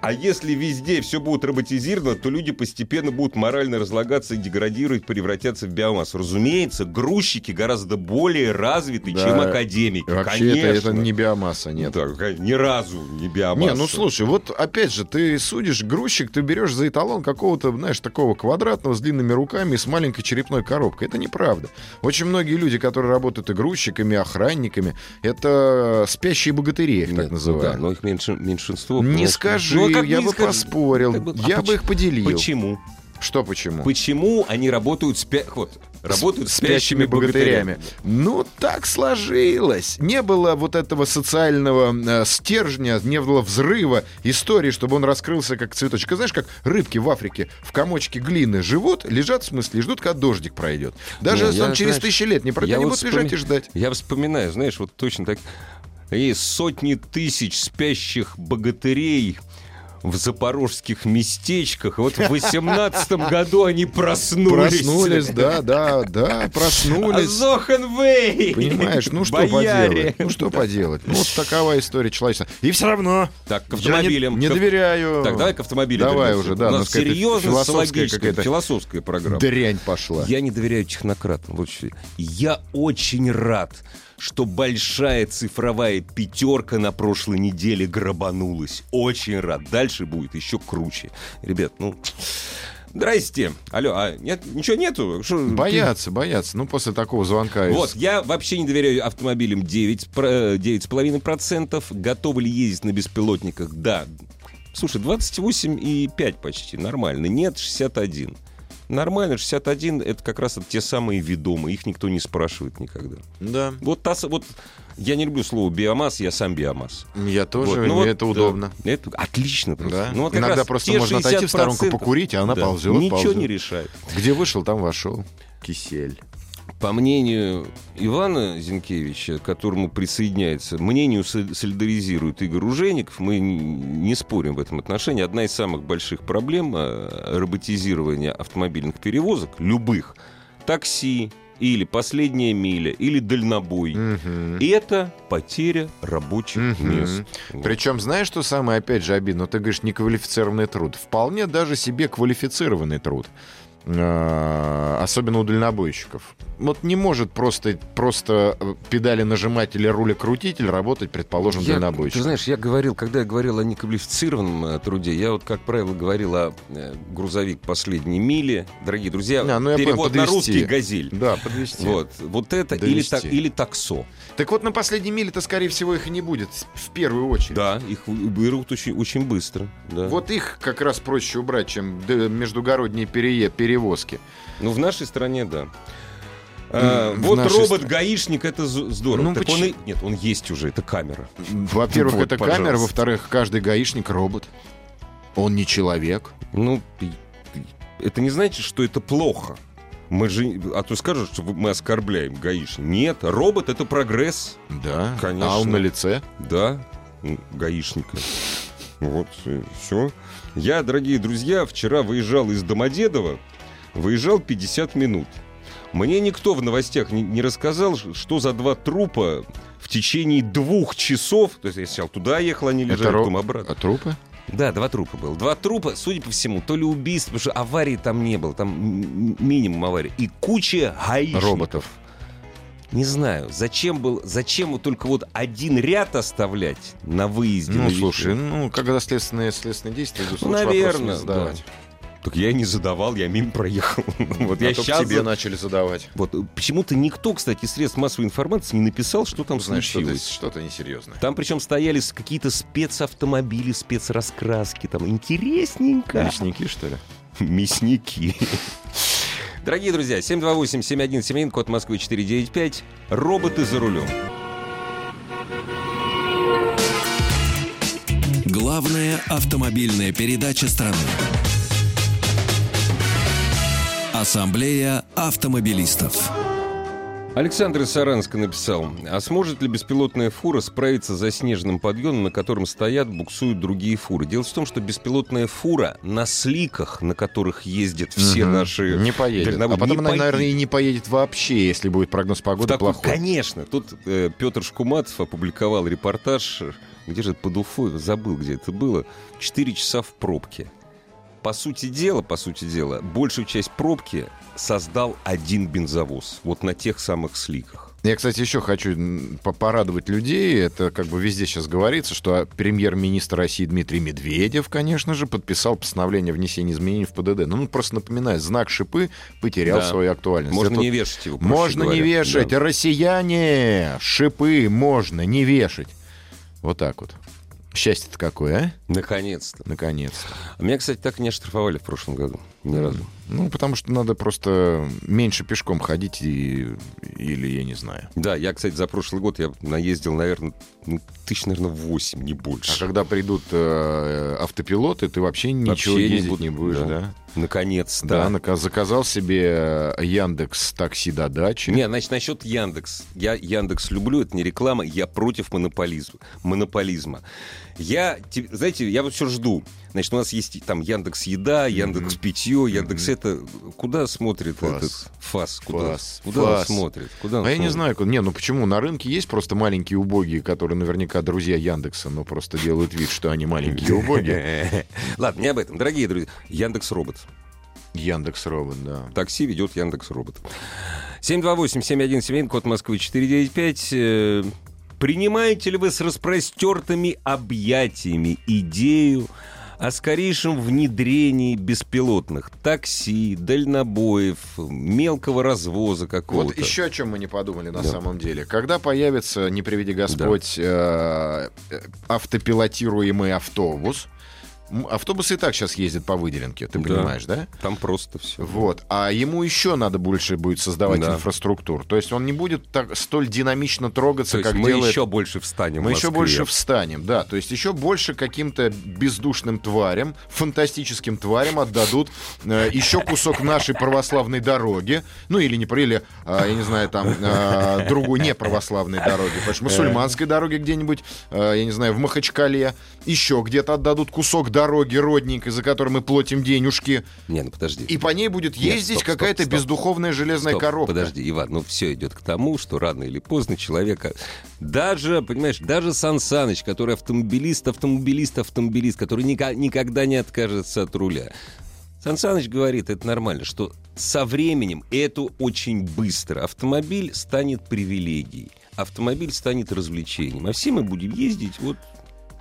А если везде все будет роботизировано, то люди постепенно будут морально разлагаться и деградировать, превратятся в биомассу. Разумеется, грузчики гораздо более развиты,
Да.
чем академики.
Вообще это,
Конечно.
это не биомасса, нет.
Да, какая- ни разу не биомасса.
Не, ну слушай, вот опять же, ты судишь, грузчик, ты берешь за эталон какого-то, знаешь, такого квадратного с длинными руками и с маленькой черепной коробкой. Это неправда. Очень многие люди, которые работают и грузчиками, и охранниками, это спящие богатыри, я их
Нет,
так
ну
называют.
да, но их меньше, меньшинство.
Не
конечно.
скажи,
Ну, а как
я
не
бы
скажи?
поспорил.
Как бы, а
я
поч-
бы их поделил.
Почему?
Что почему?
Почему они работают, спя... вот, работают
С-
спящими богатырями?
Ну, так сложилось. Не было вот этого социального э, стержня, не было взрыва истории, чтобы он раскрылся как цветочек. И Знаешь, как рыбки в Африке в комочке глины живут, лежат, в смысле, и ждут, когда дождик пройдет. Даже
Не,
если
я,
он через
знаешь,
тысячи лет Ну, не пройдет,
я
они
вот
будут лежать и
вспоми-
ждать.
Я вспоминаю, знаешь, вот точно так. И сотни тысяч спящих богатырей в запорожских местечках. И вот в 18
[LAUGHS]
году они проснулись.
Проснулись, да, да, да,
А
проснулись.
Зохенвей!
Понимаешь, ну что
Бояре!
поделать? Ну что поделать? Ну вот такова история человечества. И все равно
Так, к
я не-
автомобилям.
не
К-
доверяю.
Так, давай к автомобилю.
Давай
вернемся.
уже, да, ну,
У
у нас
нас
какая-то
серьезная,
философская
логическая,
какая-то
философская программа.
Дрянь пошла.
Я не доверяю технократам. Вот что. Я очень рад, что большая цифровая пятерка на прошлой неделе грабанулась. Очень рад. Дальше будет еще круче. Ребят, ну... Здрасте. Алло, а нет, ничего нету? Что-
Боятся, боятся. Ну, после такого звонка. из-
Вот, я вообще не доверяю автомобилям 9, про- э, 9,5%. Готовы ли ездить на беспилотниках? Да. Слушай, 28,5 почти. Нормально. Нет, 61. Нормально, 61 это как раз вот те самые ведомые, их никто не спрашивает никогда.
Да.
Вот, та, с- вот Я не люблю слово биомасс, я сам биомасс.
Я тоже,
Вот, ну
мне
вот,
это
да.
удобно.
Это отлично просто.
Да.
Ну, вот как
Иногда
раз
просто
те
можно отойти в сторонку
60%.
покурить, а она
Да.
ползет,
Ничего
ползет.
не решает.
Где вышел, там вошел. Кисель.
По мнению Ивана Зинкевича, к которому присоединяется, мнению со- солидаризирует Игорь Ужеников, мы н- не спорим в этом отношении. Одна из самых больших проблем э, роботизирования автомобильных перевозок, любых, такси или последняя миля, или дальнобой,
Мгм.
это потеря рабочих
Мгм.
мест. Вот.
Причем, знаешь, что самое, опять же, обидно? Ты говоришь, неквалифицированный труд. Вполне даже себе квалифицированный труд. Э, Особенно у дальнобойщиков. Вот не может просто, просто э, педали нажимать или руликрутитель работать, предположим,
Я-
Ну, дальнобойщик.
Ты знаешь, я говорил, когда я говорил о неквалифицированном э, труде, я вот, как правило, говорил о э, грузовик последней мили. Дорогие друзья,
Да, ну я
перевод
понял,
на
подвести.
русский «газель».
Да, подвести.
Вот, вот это или,
Довести.
так- или таксо.
Так вот, на последней миле-то, скорее всего, их и не будет в первую очередь.
Да, их у- берут очень, очень быстро. да.
Вот их как раз проще убрать, чем д- междугородние перее- перевозки.
Ну, в нашей стране, да. А,
в
вот
нашей
робот-гаишник, это з- здорово.
Ну,
Так он
почему-
и- Нет, он есть уже, это камера.
Во-первых,
Вот,
это камера,
пожалуйста.
во-вторых, каждый гаишник робот. Он не человек.
Ну, и- и- это не значит, что это плохо. Мы же, а то скажут, что мы оскорбляем гаишник. Нет, робот — это прогресс.
Да,
Конечно.
а он на лице.
Да, м, гаишника. Вот, все. Я, дорогие друзья, вчера выезжал из Домодедова, выезжал 50 минут. Мне никто в новостях не, не рассказал, ш- что за два трупа в течение двух часов, то есть я сначала туда ехал, они лежали,
ро-
потом обратно.
А трупы?
Да, два трупа было. Два трупа, судя по всему, то ли убийство, потому что аварии там не было, там м- м- минимум аварий. И куча гаишников.
Роботов.
Не знаю, зачем был, зачем вот только вот один ряд оставлять на выезде. на
Ну,
вечер?
слушай, ну, когда следственные, следственные действия идут,
Ну,
лучше вопросы
наверное,
не задавать.
Так я и не задавал, я мимо проехал. [LAUGHS] Вот
А
я
то к
сейчас.
тебе начали задавать.
Вот э, почему-то никто, кстати, из средств массовой информации не написал, что там
Знаешь, что-то,
случилось.
что-то несерьезное.
Там причем стояли с- какие-то спецавтомобили, спецраскраски, там интересненько.
Лесники, что ли?
Мясники. Дорогие друзья, 728-7171, код Москвы 495. Роботы за рулем.
Главная автомобильная передача страны. Ассамблея автомобилистов.
Александр из Саранска написал, а сможет ли беспилотная фура справиться за снежным подъемом, на котором стоят, буксуют другие фуры? Дело в том, что беспилотная фура на сликах, на которых ездят все
Мгм.
наши...
Не поедет.
дальнобойщики,
а потом,
не
она, наверное, и
поедет.
не поедет вообще, если будет прогноз
В
погоды
такую-
плохой.
Конечно. Тут Петр Шкуматов опубликовал репортаж, э, где же это, под Уфой, забыл, где это было, Четыре часа в пробке. По сути дела, по сути дела, большую часть пробки создал один бензовоз, вот на тех самых сликах.
Я, кстати, еще хочу м, по- порадовать людей. Это как бы везде сейчас говорится, что а, премьер-министр России Дмитрий Медведев, конечно же, подписал постановление о внесении изменений в ПДД. Ну, ну, просто напоминаю, знак шипы потерял
Да.
свою актуальность.
Можно
Это
не вешать его. проще
Можно не
говоря.
вешать. а
Да.
Россияне, шипы можно не вешать. Вот так вот. Счастье-то какое, а?
Наконец-то. А
Наконец-то.
Меня, кстати, так и не оштрафовали в прошлом году. Ни разу.
Ну, потому что надо просто меньше пешком ходить и... или, я не знаю.
Да, я, кстати, за прошлый год я наездил, наверное, ну, тысяч, наверное, восемь, не больше.
А когда придут э, автопилоты, ты вообще ничего
Вообще не
ездить
буду,
не, будешь,
да.
да?
Наконец-то.
Да, нака- заказал себе Яндекс такси до дачи.
Не, значит, насчет Яндекс. Я Яндекс люблю, это не реклама, я против монополизма. монополизма. Я, те- знаете, я вот все жду. Значит, у нас есть и там Яндекс Еда, Яндекс Питье, Яндекс это. Куда смотрит
Фас.
этот ФАС? Куда,
Фас.
куда он
Фас.
смотрит? Куда он
А я не
смотрит?
знаю, как- не, ну почему, на рынке есть просто маленькие убогие, которые наверняка друзья Яндекса, но просто делают вид, что они маленькие [LAUGHS] убогие.
[LAUGHS] Ладно, не об этом. Дорогие друзья, Яндекс Робот.
Яндекс Робот, да.
Такси ведет Яндекс Робот. 728-7171, код Москвы 495. Э, Принимаете ли вы с распростертыми объятиями идею о скорейшем внедрении беспилотных такси, дальнобоев, мелкого развоза какого-то?
Вот еще о чем мы не подумали на
Да.
самом деле. Когда появится, не приведи Господь, э, э, автопилотируемый автобус, М, Автобусы и так сейчас ездят по выделенке, ты
Да.
понимаешь, да?
Там просто все.
Вот. А ему еще надо больше будет создавать
Да.
инфраструктуру. То есть он не будет так столь динамично трогаться,
То есть
как
мы
делает...
еще больше встанем. в
Мы еще
Москве.
больше встанем, да. То есть еще больше каким-то бездушным тварям, фантастическим тварям отдадут э, еще кусок нашей православной дороги. Ну или не пр- или, а, я не знаю, там э, другой неправославной дороги. Потому что мусульманской дороги где-нибудь, э, я не знаю, в Махачкале. Еще где-то отдадут кусок дороги родненькой, за которой мы платим денежки.
Не, ну подожди.
И по ней будет
Нет,
ездить
стоп, стоп,
какая-то
стоп.
бездуховная железная
Стоп,
коробка.
Подожди, Иван, ну все идет к тому, что рано или поздно человека... Даже, понимаешь, даже Сан Саныч, который автомобилист, автомобилист, автомобилист, который ника- никогда не откажется от руля. Сан Саныч говорит, это нормально, что со временем, и это очень быстро, автомобиль станет привилегией. Автомобиль станет развлечением. А все мы будем ездить вот...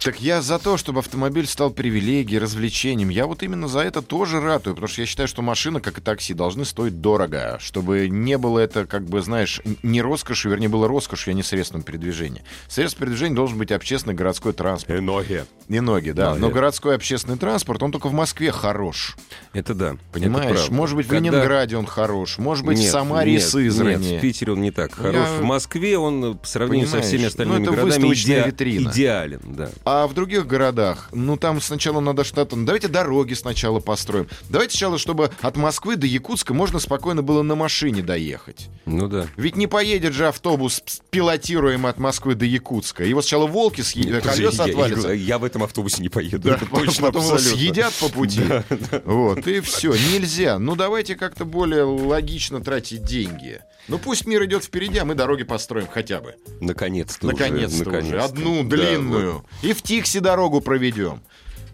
Так я за то, чтобы автомобиль стал привилегией, развлечением. Я вот именно за это тоже ратую, потому что я считаю, что машина, как и такси, должны стоить дорого, чтобы не было это, как бы, знаешь, н- не роскошью, вернее, было роскошью, а не средством передвижения. Средством передвижения должен быть общественный городской транспорт.
Ноги.
И ноги, да.
Ноги.
Но городской общественный транспорт, он только в Москве хорош.
Это да. это
Понимаешь?
правда.
может быть, в
Когда-
Ленинграде он хорош, может быть,
Нет,
в Самаре и
нет,
Сызрани.
Нет, в Питере он не так
Я-
хорош. В Москве он э, по сравнению со
Понимаешь,
всеми остальными
ну, это
городами
выставочная
иде-
витрина.
идеален. Да.
А в других городах, ну там сначала надо что-то... ну, Давайте дороги сначала построим. Давайте сначала, чтобы от Москвы до Якутска можно спокойно было на машине доехать.
Ну да.
Ведь не поедет же автобус пс- пилотируемый от Москвы до Якутска. Его сначала волки съедят,
Подожди,
колеса
я- я
отвалятся.
говорю, Я, в этом автобусе не поеду.
Да,
это точно,
потом его
абсолютно.
съедят по пути. Вот, и все. Нельзя. Ну, давайте как-то более логично тратить деньги. Ну, пусть мир идет впереди, а мы дороги построим хотя бы.
Наконец-то. уже,
Наконец-то уже.
наконец-то.
Одну
Да,
длинную.
вот.
И в Тикси дорогу проведем.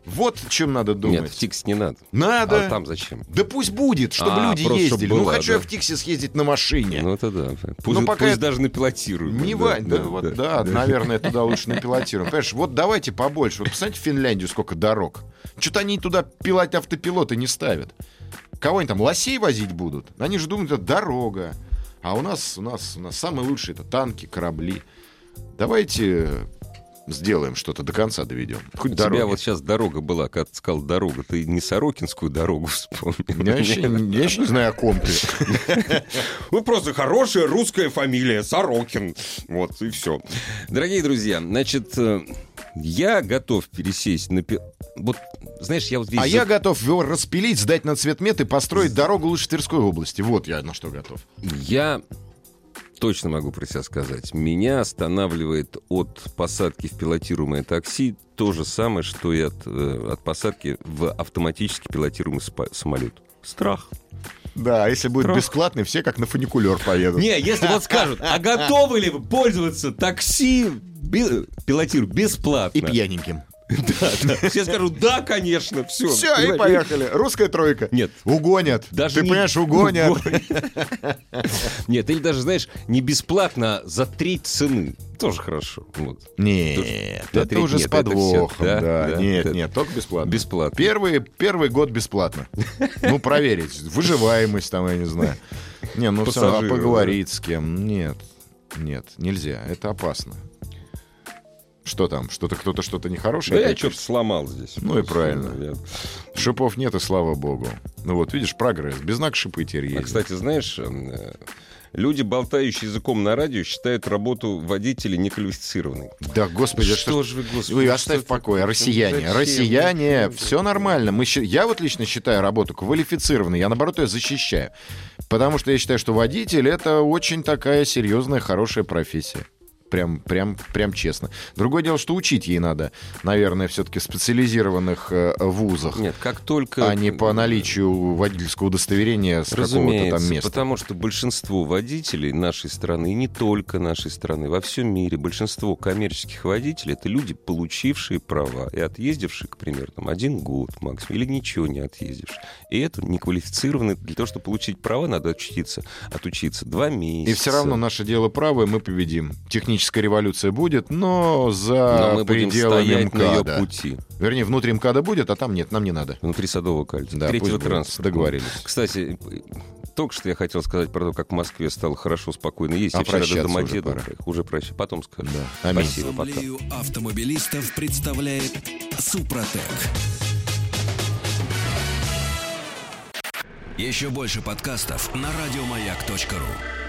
Вот чем надо думать.
Нет, в Тикс не надо.
Надо.
А там зачем?
Да пусть будет, чтобы
А,
люди
просто
ездили.
чтобы
ну,
было,
хочу я
да.
в Тикси съездить на машине.
Ну это да. Пусть,
пока
пусть
это-
даже на пилотируемый,
Не вань, да, вот, да, наверное, туда лучше на пилотируем. Понимаешь, вот давайте побольше. Вот посмотрите в Финляндию сколько дорог. Что-то они туда пилать автопилоты не ставят. Кого они там, лосей возить будут? Они же думают, это дорога. А у нас, у нас, у нас самые лучшие это танки, корабли. Давайте сделаем что-то, до конца доведем.
Хоть у
Дороги.
тебя вот сейчас дорога была, когда ты сказал дорога, ты не Сорокинскую дорогу [LAUGHS] вспомнил.
Ну, я [LAUGHS] еще, я еще не знаю, о ком ты.
Ну, просто хорошая русская фамилия, Сорокин. Вот, и все. Дорогие друзья, значит, э, я готов пересесть на... пи- Вот, знаешь, я вот здесь...
А я готов его распилить, сдать на цветмет и построить дорогу лучше Тверской области. Вот я на что готов.
Я точно могу про себя сказать. Меня останавливает от посадки в пилотируемое такси то же самое, что и от, э, от посадки в автоматически пилотируемый спа- самолет. Страх.
Да, а если будет
Трох.
бесплатный, все как на фуникулер поедут.
Не, если вот скажут, а готовы ли вы пользоваться такси, би- пилотирую бесплатно?
И пьяненьким.
Все скажут, да, конечно, все.
Все, и поехали. Русская тройка.
Нет.
Угонят.
Даже
Ты
не-
понимаешь, угонят.
Нет, или даже, знаешь, не бесплатно, а за треть цены. Тоже хорошо. Вот.
Нет,
Да,
это
треть
уже
нет,
с
это всё,
подвохом.
да,
Да,
да,
нет,
это-
нет, только
А
бесплатно.
Бесплатно.
Первый, первый год
[LAUGHS]
бесплатно. Ну, проверить. Выживаемость там, я не знаю. Не, ну всё равно
Пассажиры,
поговорить с кем. Нет, нет, нельзя. Это опасно. Что там? Что-то кто-то что-то
Да
нехорошее?
я
опять
что-то сломал здесь.
Ну и правильно. Шипов нет, и слава богу. Ну вот, видишь, прогресс. Без знака шипы теперь
Я- А,
ездят.
кстати, знаешь, эм, э, люди, болтающие языком на радио, считают работу водителей неквалифицированной.
Да, господи, а что,
ж вы,
ж... Ой, оставь в
что
покое,
это?
россияне,
Зачем?
россияне,
Зачем?
все нормально. Мы, щи- я вот лично считаю работу квалифицированной, я наоборот ее защищаю. Потому что я считаю, что водитель это очень такая серьезная, хорошая профессия. Прям, прям, прям честно. Другое дело, что учить ей надо, наверное, все-таки в специализированных э, вузах,
Нет, как только...
а не по наличию водительского удостоверения с какого-то
Разумеется,
там места.
потому что большинство водителей нашей страны, и не только нашей страны, во всем мире, большинство коммерческих водителей это люди, получившие права и отъездившие, к примеру, там, один год максимум, или ничего не отъездившие. И это неквалифицированные. Для того, чтобы получить права, надо отучиться, отучиться два месяца.
И все равно наше дело правое, мы победим. Техническая революция будет, но за
Но мы будем
пределами
стоять на ее
МКАДа.
пути.
Вернее, внутри МКАДа будет, а там нет, нам не надо.
Внутри Садового кольца.
Да, пусть
третьего
будет.
транспорта.
Договорились.
Кстати, только что я хотел сказать про то, как в Москве стало хорошо, спокойно есть.
А
я вчера
прощаться
до
уже
Домодедова
пора.
проехал. Уже прощаюсь. Потом скажу.
Да. Аминь.
Спасибо, пока.
Ассамблею автомобилистов представляет Супротек. Еще больше подкастов на радиомаяк.ру